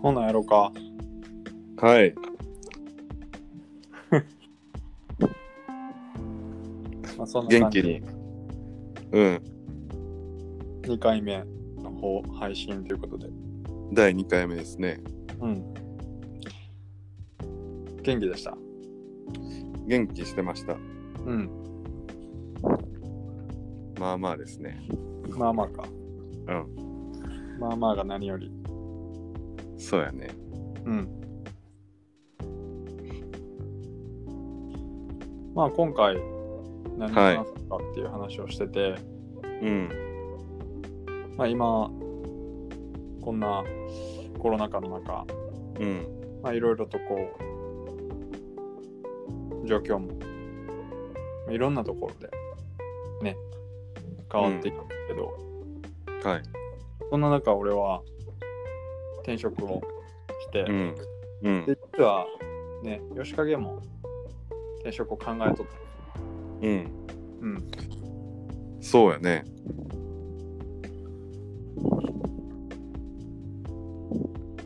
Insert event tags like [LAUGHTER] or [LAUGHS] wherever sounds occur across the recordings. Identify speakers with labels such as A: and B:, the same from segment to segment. A: ほなやろうか。
B: はい。
A: まあ、そんな
B: 元
A: 感
B: 気
A: じ
B: に。うん。
A: 2回目の方配信ということで。
B: 第2回目ですね。
A: うん。元気でした。
B: 元気してました。
A: うん。
B: まあまあですね。
A: まあまあか。
B: うん。
A: まあまあが何より。
B: そうやね。
A: うん。まあ今回何を話すかっていう話をしてて、
B: うん。
A: まあ今こんなコロナ禍の中、
B: うん。
A: まあいろいろとこう状況もまあいろんなところでね変わっていくけど、
B: はい。
A: そんな中俺は転職をして、
B: うん。うん。
A: で実はね吉影も転職を考えとった
B: うん。
A: うん
B: そうやね。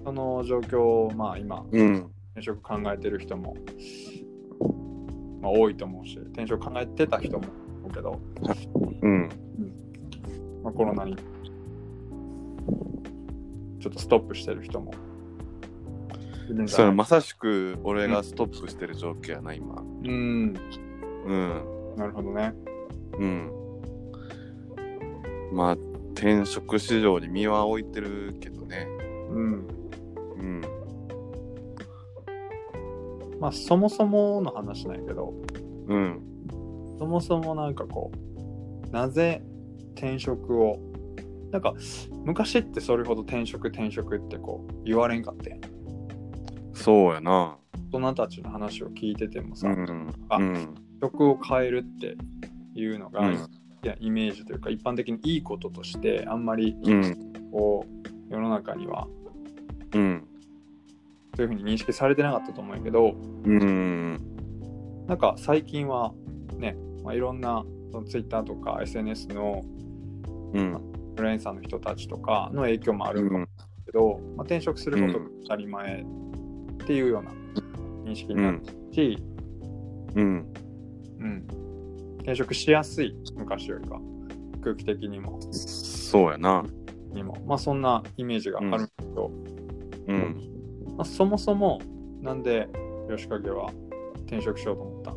A: その状況をまあ今
B: うん。
A: 転職考えてる人も、まあ、多いと思うし転職考えてた人も多いけど、
B: うん。
A: まあ、コロナにちょっとストップしてる人もいるんじゃ
B: それ
A: ない
B: まさしく俺がストップしてる状況やな、
A: う
B: 今。
A: ん
B: うん。
A: なるほどね
B: うん。まあ、転職市場に身は置いてるけどね。
A: うん
B: うん。
A: まあそもそもの話なんやけど
B: うん。
A: そもそもなんかこうなぜ転職をなんか昔ってそれほど転職転職ってこう言われんかって
B: そうやな。
A: 大人たちの話を聞いてても
B: う
A: さ、
B: ん。
A: あ
B: うん。
A: 職を変えるっていうのが、
B: うん
A: いやイメージというか一般的にいいこととしてあんまり
B: うん。
A: こう世の中には
B: うん。
A: そういうふうに認識されてなかったと思うんやけど
B: うん。
A: なんか最近はね、まあ、いろんなその Twitter とか SNS の
B: うん。
A: インフルエンサーの人たちとかの影響もあるんかもしれないけど、まあ、転職することが当たり前っていうような認識になるし、
B: うん。
A: うん転職しやすい昔よりは空気的にも
B: そうやな。
A: にも、まあ、そんなイメージがあるんだけど、
B: うん。
A: まあ、そもそもなんで吉影は転職しようと思った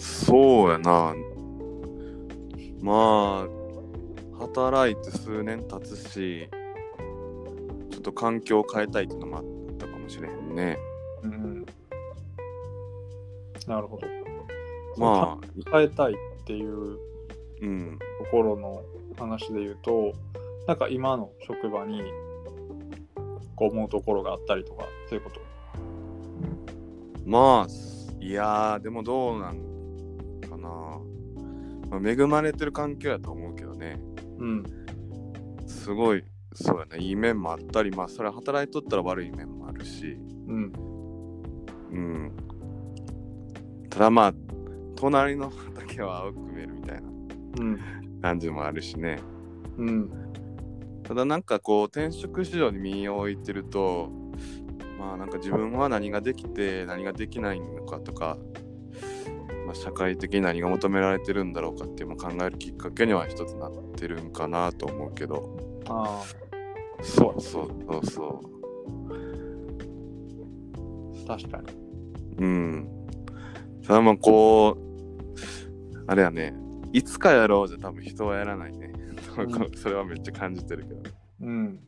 B: そうやな。まあ、働いて数年経つし、ちょっと環境を変えたいっていうのもあったかもしれへんね。
A: うんなるほど。
B: まあ、
A: あ、変えたいっていう
B: うん。
A: ところの話で言うとなんか今の職場にこう思うところがあったりとかそういうこと
B: まあ、いやー、でもどうなんかな。まあ、恵まれてる環境やと思うけどね。
A: うん
B: すごい、そうやね。いい面もあったり、まあ、それは働いとったら悪い面もあるし。
A: うん
B: うん。ただまあ、隣の畑は青く見えるみたいな
A: うん
B: 感じもあるしね。
A: うん
B: ただなんかこう、転職市場に身を置いてると、まあなんか自分は何ができて何ができないのかとか、まあ、社会的に何が求められてるんだろうかっていうのを考えるきっかけには一つなってるんかなと思うけど。
A: あ
B: そうそうそうそ
A: あ確かに
B: う。うん。ただまあこう、あれやね、いつかやろうじゃ多分人はやらないね。
A: う
B: [LAUGHS] それはめっちゃ感じてるけど。
A: うん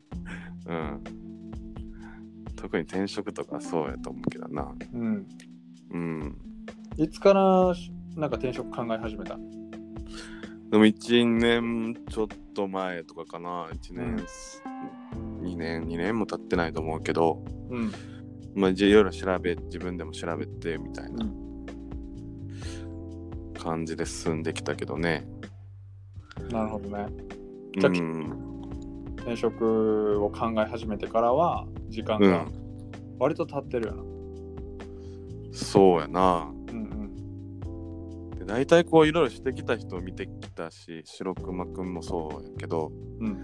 B: うん。特に転職とかそうやと思うけどな。
A: うん
B: うん。
A: いつからしなんか転職考え始めた
B: でも1年ちょっと前とかかな1年、2年2年も経ってないと思うけど、
A: うん
B: まあ、じゃあいろいろ調べ自分でも調べてみたいな感じで進んできたけどね、
A: なるほどねじ
B: う
A: ゃあ
B: ん、
A: 転職を考え始めてからは時間
B: う
A: が
B: ん、
A: 割と経ってるよな
B: そうやな
A: うん
B: で大体こういろいろしてきた人を見てきたし白熊くんもそうやけど、
A: うん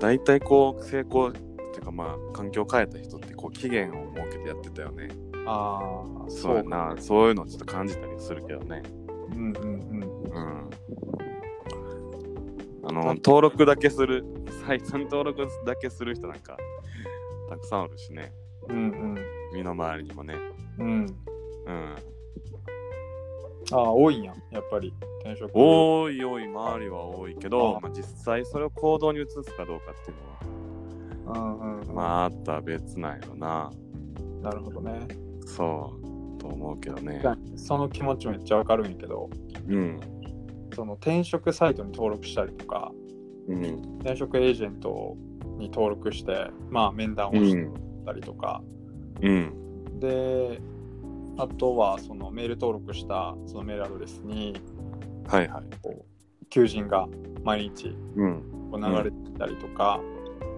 B: 大体こう成功ってかまあ環境を変えた人ってこう期限を設けてやってたよね
A: ああ、
B: そうやなそういうのちょっと感じたりするけどね
A: うんうん
B: うんあの登録だけするサイトに登録だけする人なんかたくさんおるしね
A: うん。うん
B: 身の回りにもね
A: うん。うん。
B: うん
A: ああ、多いんや、やっぱり。転職。
B: 多い多い周りは多いけど
A: あ
B: まあ、実際それを行動に移すかどうかっていうのは
A: うんうんうん。
B: まああったら別なんやろな
A: なるほどね。
B: そうと思うけどね
A: その気持ちめっちゃわかるんやけど、
B: うん
A: その転職サイトに登録したりとか、
B: うん
A: 転職エージェントに登録して、まあ面談をしたりとか、
B: うん
A: で、あとはそのメール登録したそのメールアドレスに
B: はいはい
A: 求人が毎日
B: うん
A: こう流れてきたりとか、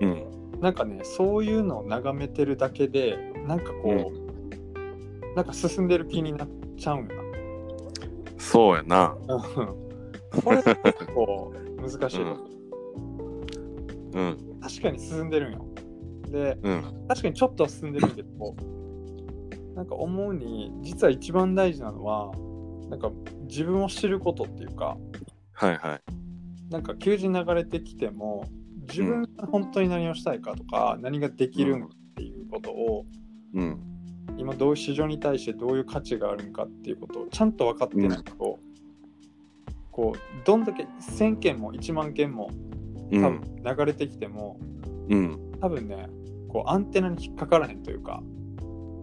B: うん
A: なんかねそういうのを眺めてるだけでなんかこう、なんか進んでる気になっちゃうんだ
B: そうやな
A: なこれ結構難しい、
B: うんうん
A: 確かに進んでるんよで
B: うん
A: 確かにちょっとは進んでるんやけどなんか思うに実は一番大事なのはなんか自分を知ることっていうか
B: はいはい
A: なんか求人流れてきても自分が本当に何をしたいかとか、何ができるんかっていうことを、
B: うん
A: 今どういう市場に対してどういう価値があるのかっていうことをちゃんと分かってないと、こうどんだけ1,000件も1万件も
B: う
A: 多
B: ん
A: 分流れてきても、
B: うん
A: 多分ねこうアンテナに引っかからへんというか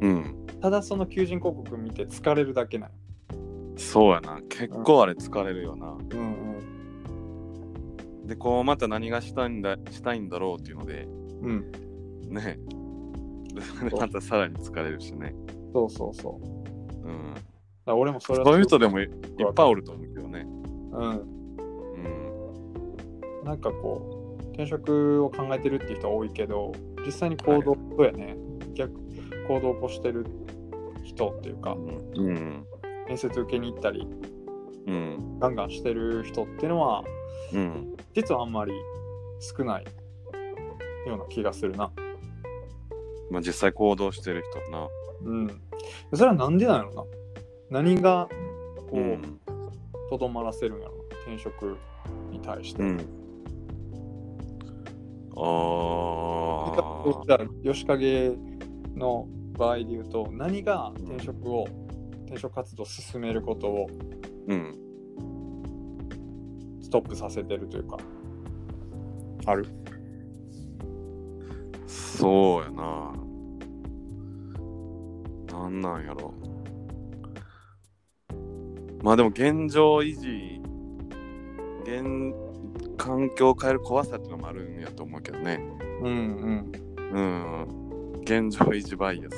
B: うん
A: ただその求人広告見て疲れるだけなの。
B: そうやな結構あれ疲れるよな
A: うん
B: でこうまた何がしたいんだしたいんだろうっていうので
A: うんうん、
B: ねでそれ [LAUGHS] でまたさらに疲れるしね
A: そうそうそう。だか
B: うん
A: ら俺もそれ
B: そ
A: は
B: ういう人で
A: も、
B: もいいっぱいおると思うけどね
A: うん、
B: うん
A: なんかこう転職を考えてるっていう人は多いけど実際に行動、そうやね逆行動を起こしてる人っていうか
B: うん
A: 面接受けに行ったり
B: うん
A: ガンガンしてる人ってのは
B: うん
A: 実はあんまり少ないような気がするな。
B: まあ実際行動してる人な
A: うん。それはなんでなのな何がこ
B: う
A: うんとど、まらせるんやろな転職に対して。
B: うんあ
A: だから吉影の場合で言うと何が転職を転職活動を進めることを
B: ーうん
A: ストップさせてるというか。ある
B: そうやななんなんやろまあでも現状維持現環境を変える怖さっていうのもあるんやと思うけどね
A: うん
B: うん現状維持バイアス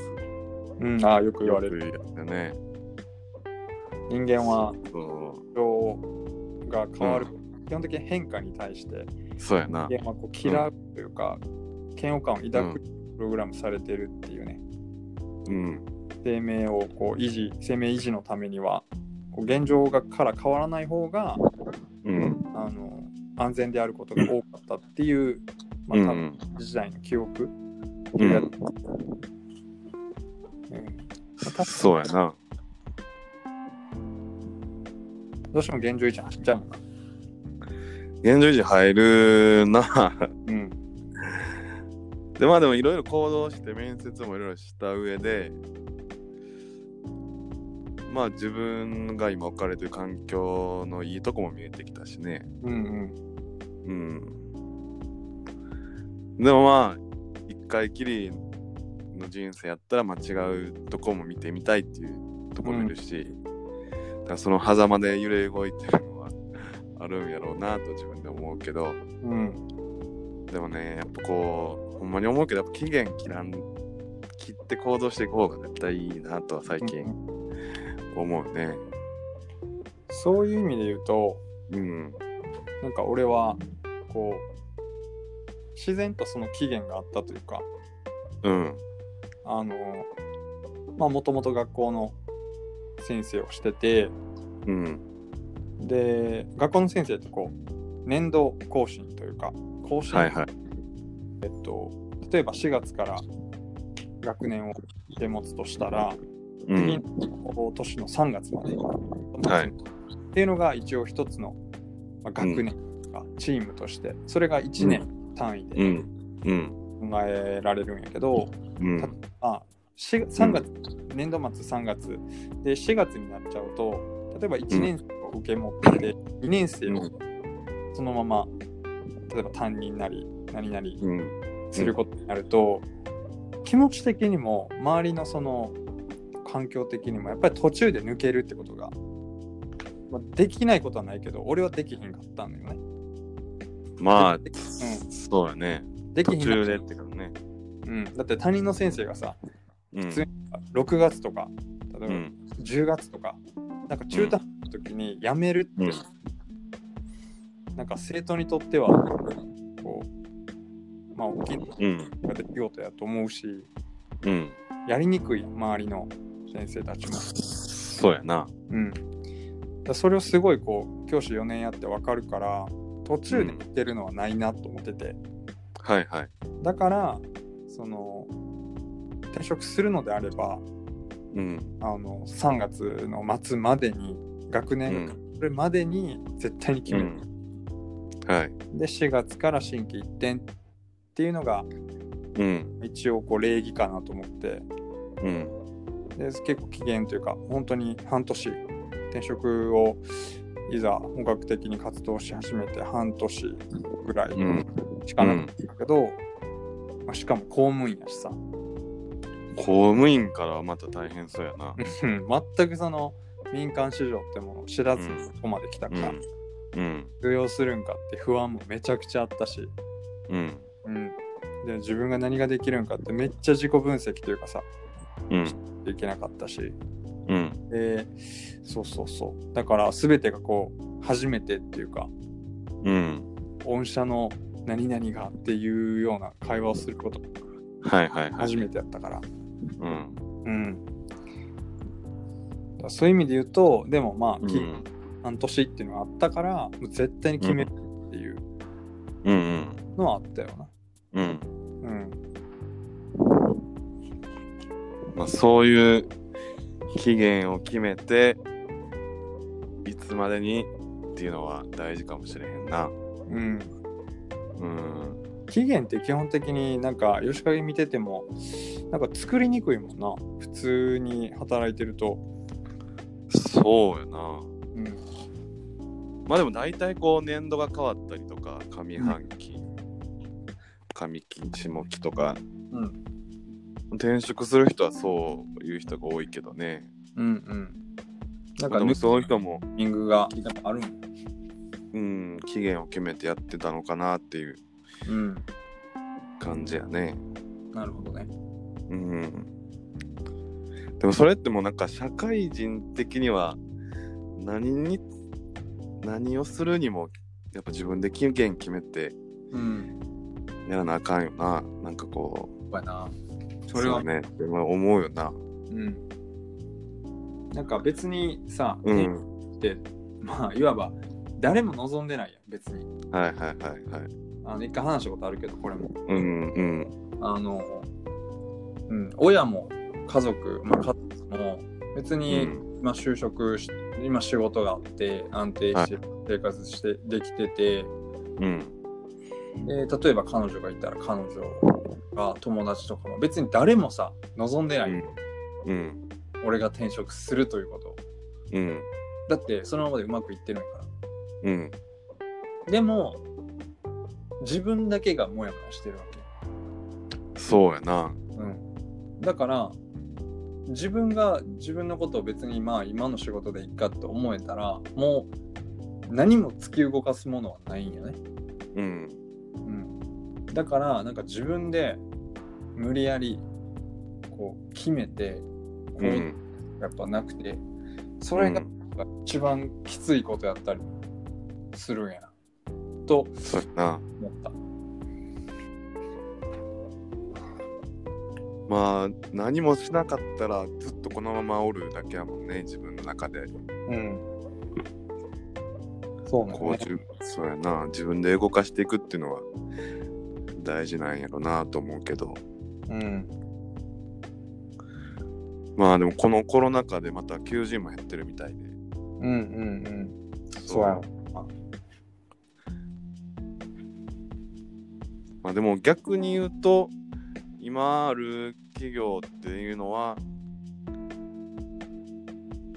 A: うん。うん、ああ、よく言われる。
B: よく言うやつね
A: 人間は
B: そ
A: 状が変わる、基本的に変化に対して
B: うそうやな
A: 人間はこう嫌うというか、嫌悪感を抱くプログラムされてるっていうね、
B: うん
A: 生命をこう維持生命維持のためにはこう現状がから変わらない方が
B: うん
A: あの安全であることが多かったっていう、まあ、
B: うん
A: 多分時代の記憶、
B: うん
A: うん
B: そうやな
A: どうしても現状維持に走っちゃうのか
B: 現状維持入るな [LAUGHS]
A: なうん
B: でまあでもいろいろ行動して面接もいろいろした上でまあ自分が今置かれてる環境のいいとこも見えてきたしね
A: うん
B: うんでもまあ一回きりの人生やったらまあ違うとこも見てみたいっていうとこもいるし、だからその狭間で揺れ動いてるのはあるんやろうなと自分で思うけど
A: うんうん
B: でもねやっぱこうほんまに思うけどやっぱ期限切らん切って行動していく方が絶対いいなとは最近思うね
A: そういう意味で言うと
B: うん
A: なんか俺はこう自然とその起源があったというか
B: うん
A: あのまあもともと学校の先生をしてて
B: うん
A: で学校の先生ってこう年度更新というか更新、
B: はいはい
A: えっと例えば4月から学年を受け持つとしたら、
B: う
A: 次
B: ん。
A: の年の3月まで、
B: はい
A: っていうのが一応一つのまあ学年とかチームとして、それが1年単位
B: う
A: で
B: ん。うん。
A: 考えられるんやけど、
B: うん。
A: まあ、し3月、年度末3月で4月になっちゃうと例えば1年生を受け持ってて、2年生
B: う
A: をそのまま例えば担任なり何々
B: うん。
A: することになると、気持ち的にも周りのその環境的にもやっぱり途中で抜けるってことが、まあ、できないことはないけど俺はできひんかったんだよね。
B: まあ、
A: で
B: そうやね。
A: でき
B: 途
A: ひん
B: 中
A: か
B: で
A: っ
B: ってからね。
A: た、うん、だって他人の先生がさ
B: うん。
A: 通6月とか例
B: う
A: えば
B: ん。
A: 10月とか、なんか中途半端の時に辞めるって、なんか生徒にとってはこうまあ大きな
B: うん。
A: 出来事やと思うし
B: うん。
A: やりにくいやん周りの先生たちも。
B: そうやな。
A: うん、だからそれをすごいこう教師4年やって分かるから途中で行ってるのはないなと思ってて、
B: はいはい。
A: だからその転職するのであれば
B: うん。
A: あの3月の末までに学
B: う
A: 年
B: ん。
A: これまでに絶対に決め
B: う
A: る、
B: ん。はい。
A: で4月から新規一転っていうのが
B: うん。
A: 一応こう礼儀かなと思って
B: うん。
A: で結構期限というか本当に半年転職をいざ本格的に活動し始めて半年ぐらい
B: うん
A: しかなかったけど、まあ、しかも公務員やしさ
B: 公務員からはまた大変そうやな。
A: 全くその民間市場ってものを知らずに
B: うん
A: ここまで来た
B: う
A: から、
B: ん。うん。
A: 通用するんかって不安もめちゃくちゃあったし、
B: うん。
A: うん、で自分が何ができるんかってめっちゃ自己分析というかさ
B: うん。
A: できなかったし
B: うん。
A: でそうそうそうだから全てがこう初めてっていうか
B: うん。
A: 御社の何々がっていうような会話をすること
B: はいはいはい。
A: 初めてやったから、
B: うん。
A: うん、だからそういう意味で言うとでもまあ、き
B: うん。
A: 半年っていうのがあったからもう絶対に決めるっていう
B: うん。
A: のはあったよな、
B: うん。
A: うん、
B: まあ、そういう期限を決めていつまでにっていうのは大事かもしれへんな。
A: うん、
B: うん。
A: 期限って基本的になんか吉影見ててもなんか作りにくいもんな普通に働いてると、
B: そうやな。
A: うん、
B: まあでも大体こう年度が変わったりとか上半期、上期下期とか、
A: うん
B: 転職する人はそういう人が多いけどね。
A: うんうんなん
B: ま
A: か
B: あ
A: ヌ
B: でもそ
A: ー
B: ういう人も、
A: ミングがあるん
B: うん、期限を決めてやってたのかなっていう
A: うん
B: 感じやね。
A: なるほどね
B: うん。でもそれってもうなんか社会人的には何に何をするにもやっぱ自分で期限決めて
A: うん
B: やらなあかんよな。なんかこう。
A: そうやなそ
B: そ
A: れは
B: うね。でも思うよな。
A: うんなんか別にさ、
B: うん。
A: ってまあいわば誰も望んでないやん別に
B: はいはいはいはい。
A: あの一回話したことあるけどこれも
B: うんうん。
A: あの、うん、親も家族、まあ、家族も別
B: う
A: に
B: ん。
A: 今就職し、今仕事があって安定して生活してできてて、
B: うん。
A: で例えば彼女がいたら彼女が友達とかも別に誰もさ望んでない、
B: うん。
A: 俺が転職するということを
B: うん。
A: だってそのままでうまくいってるんやか
B: うん。
A: らでも自分だけがモヤモヤしてるわけ
B: そうやな。
A: うん、だから自分が自分のことを別にまあ今の仕事でいっかって思えたらもう何も突き動かすものはないんよね、
B: うん。
A: うん、だからなんか自分で無理やりこう決めてこ
B: う
A: うや
B: ん。
A: っぱなくて、それが
B: うん
A: 一番きついことやったりするんやなと
B: そうやな。
A: 思った
B: まあ何もしなかったらずっとこのままおるだけやもんね。自分の中で。
A: うんそうなん
B: こう
A: ね
B: じゅそうやな自分で動かしていくっていうのは大事なんやろなと思うけど
A: うん。
B: まあでもこのコロナ禍でまた求人も減ってるみたいで
A: うんうんうん。そうやろ。
B: まあでも逆に言うと今ある企業っていうのは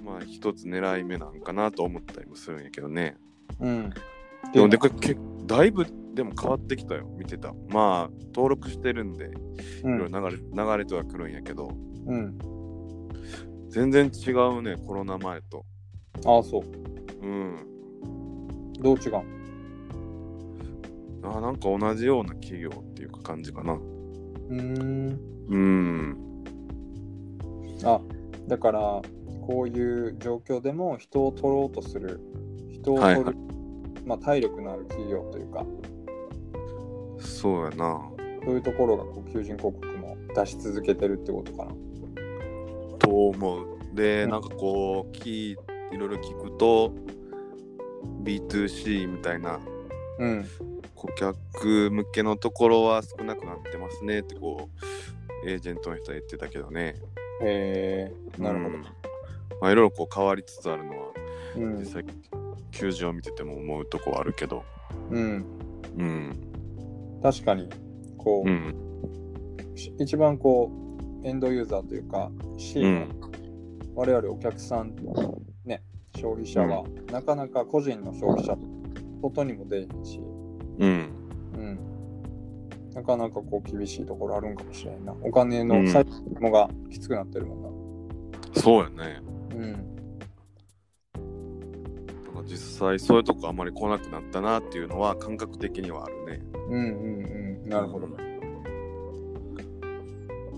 B: まあ一つ狙い目なんかなと思ったりもするんやけどね
A: うん。
B: でもでかけだいぶでも変わってきたよ見てたまあ登録してるんで
A: う
B: い
A: ん
B: ろいろ流れ流れてはくるんやけど
A: うん。
B: 全然違うねコロナ前と
A: ああ、そう。
B: うん
A: どう違う
B: あなんか同じような企業っていうか感じかな
A: うん。
B: うん
A: あ、だから、こういう状況でも人を取ろうとする。人を取る。
B: はいは
A: まあ、体力のある企業というか、
B: そうやな
A: そういうところがこう求人広告も出し続けてるってことかな。
B: と思うで
A: うん
B: なんかこうきいろいろ聞くと B2C みたいな
A: うん。
B: 顧客向けのところは少なくなってますねってこうエージェントの人は言ってたけどね
A: へえ、なるほ
B: うん
A: ど。
B: まあ、いろいろこう変わりつつあるのは
A: うん
B: 実。際求人を見てても思うとこはあるけど
A: うん。
B: うん
A: 確かに、こう、
B: うん
A: し一番こうエンドユーザーというか C
B: う
A: の、
B: ん
A: 我々お客さんね消費者は、なかなか個人の消費者外にも出へんし、
B: うん
A: うん、なかなかこう厳しいところあるんかもしれんなお金
B: う
A: の
B: ん
A: 最後もがきつくなってるも
B: そうやね
A: んなうん
B: なんか実際そういうとこあんまり来なくなったなっていうのは感覚的にはあるね
A: うんうんうんなるほど、
B: ま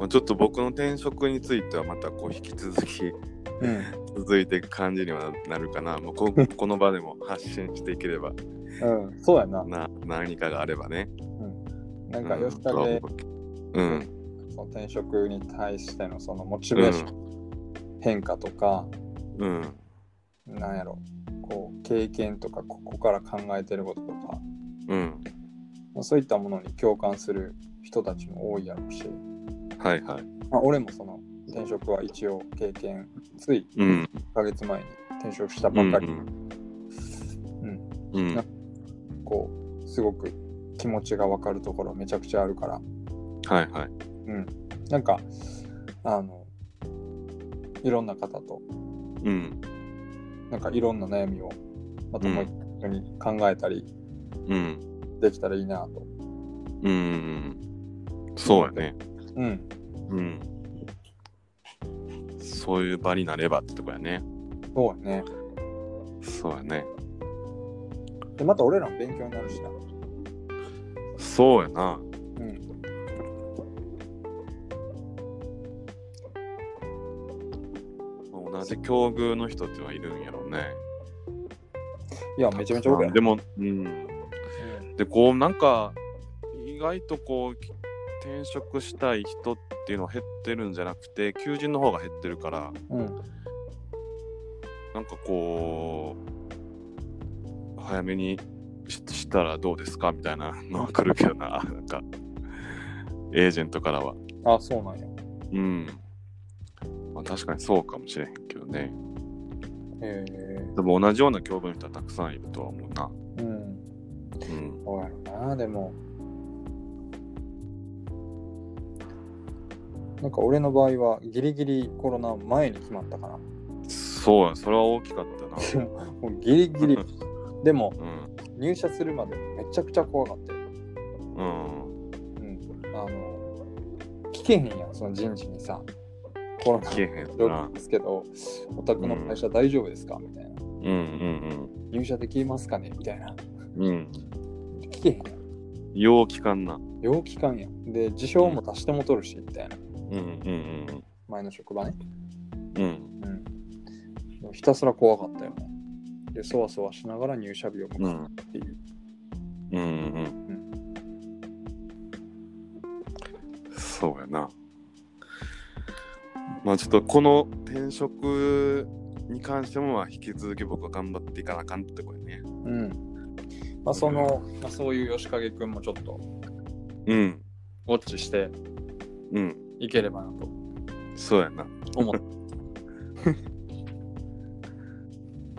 B: あ、ちょっと僕の転職についてはまたこう引き続き
A: うん
B: 続いていく感じにはなるかな、まあ、こ
A: [LAUGHS]
B: この場でも発信していければ
A: うん、そうやな
B: な何かがあればね
A: なんか
B: うん
A: 吉田
B: とは
A: で
B: 思うけどうん
A: その転職に対してのそのモチベーション変化とか、
B: うん
A: なんやろこう経験とかここから考えてることとか
B: うん
A: まあそういったものに共感する人たちも多いやろうし、
B: はいはい
A: まあ、俺もその転職は一応経験つい
B: うん
A: 1ヶ月前に転職した
B: う
A: ば
B: ん
A: かり、
B: うんうん
A: こうすごく気持ちが分かるところめちゃくちゃあるから、
B: はいはい
A: うん、なんかあのいろんな方と
B: うん
A: なんかいろんな悩みをまたもう一緒に考えたり
B: うん
A: できたらいいなと、
B: うんうんそうやね
A: うん、
B: うんそういう場になればってとこやね
A: そうやね
B: そうやね
A: でまた俺らも勉強になるしな、
B: そうやな
A: うん、
B: 同じ境遇の人ってのはいるんやろうね。
A: いやめちゃめちゃ多いや
B: でも、うん。で、こう、なんか、意外とこう、き転職したい人っていうのは減ってるんじゃなくて、求人の方が減ってるから、
A: うん、うん
B: なんかこう、早めにししたらどうですかみたいなのは来るけどな、 [LAUGHS] なんか、エージェントからは。
A: あそうなんや
B: うん。まあ、確かにそうかもしれへんけどね。
A: へえ
B: でも同じような境遇の人はたくさんいるとは思うな。
A: うん、
B: うん。
A: そうやろな、でも。なんか俺の場合はギリギリコロナ前に決まったかな。
B: そうや、それは大きかったな。
A: もうギリギリ。でも
B: うん。
A: 入社するまでめちゃくちゃ怖かったよ。う
B: うん。
A: ん。あの、聞けへんやん、その人事にさ。コロナ
B: 聞けへん
A: 状
B: な
A: 況。ですけど、お宅の会社大丈夫ですかみたいな。
B: うんうん
A: 入社できますかねみたいな。
B: うん。うん。
A: 聞けへんやん。
B: よう聞かんな。
A: 陽気感やん。で、事象も足しても取るし、みたいな。
B: うんうん
A: 前の職場ね。
B: うん。うん。
A: もうひたすら怖かったよね。で、そわそわしながら入社日を
B: う
A: 迎え
B: ん。
A: たっていう。
B: うんうん。そうやな。まあちょっとこの転職に関してもまあ引き続き僕は頑張っていかなあかんってとこやね。
A: うん。まあ、その、まあ、そういう吉影くんもちょっと、
B: うん。
A: ウォッチして
B: うん。
A: いければなと
B: そうやな。
A: 思って。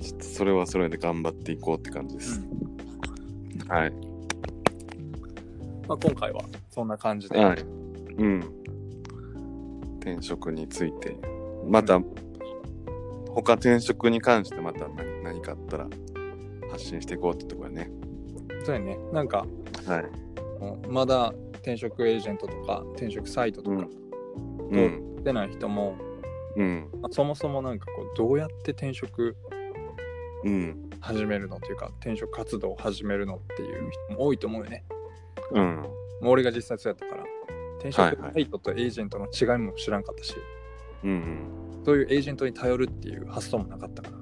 B: ちょっとそれはそれで頑張っていこうって感じです。はい。
A: [LAUGHS] まあ、今回はそんな感じで。
B: はい。うん。転職について。また、他転職に関してまた何何かあったら発信していこうってとこやね。
A: そうやね。なんか、
B: はい。
A: もうまだ転職エージェントとか転職サイトとか
B: うん。
A: 出ない人も、
B: うん。
A: まあそもそもなんかこう、どうやって転職
B: うん。
A: 始めるのというか、転職活動を始めるのっていう人も多いと思うよね。
B: うん。
A: もう俺が実際そうやったから、転
B: はいは
A: 職
B: い
A: サイトとエージェントの違いも知らんかったし、
B: うん。
A: そういうエージェントに頼るっていう発想もなかったから、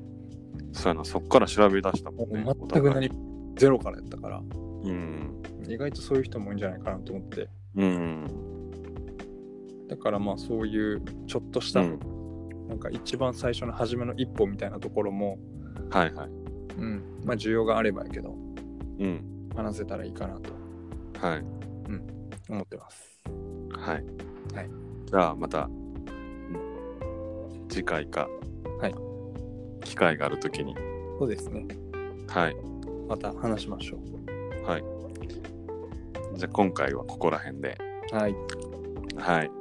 B: そうやな。そっから調べ出したもんね
A: も。う全く何、ゼロからやったから、
B: うん。
A: 意外とそういう人も多いんじゃないかなと思って、
B: うん。
A: だからまあそういうちょっとし
B: う
A: た、
B: ん。
A: なんか一番最初の初めの一歩みたいなところも、
B: はいはい。
A: うん、まあ需要があればやけど、
B: うん。
A: 話せたらいいかなと
B: はい。
A: 思ってます。
B: はい。
A: はい
B: じゃあまた次回か、
A: はい
B: 機会があるときに、
A: そうですね。
B: はい
A: また話しましょ
B: はい、じゃあ今回はここら辺で、
A: う。はい。
B: はい、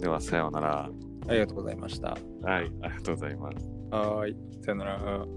B: ではさようなら、
A: ありがとうございました。
B: はい、ありがとうございます。
A: はーい。さよなら。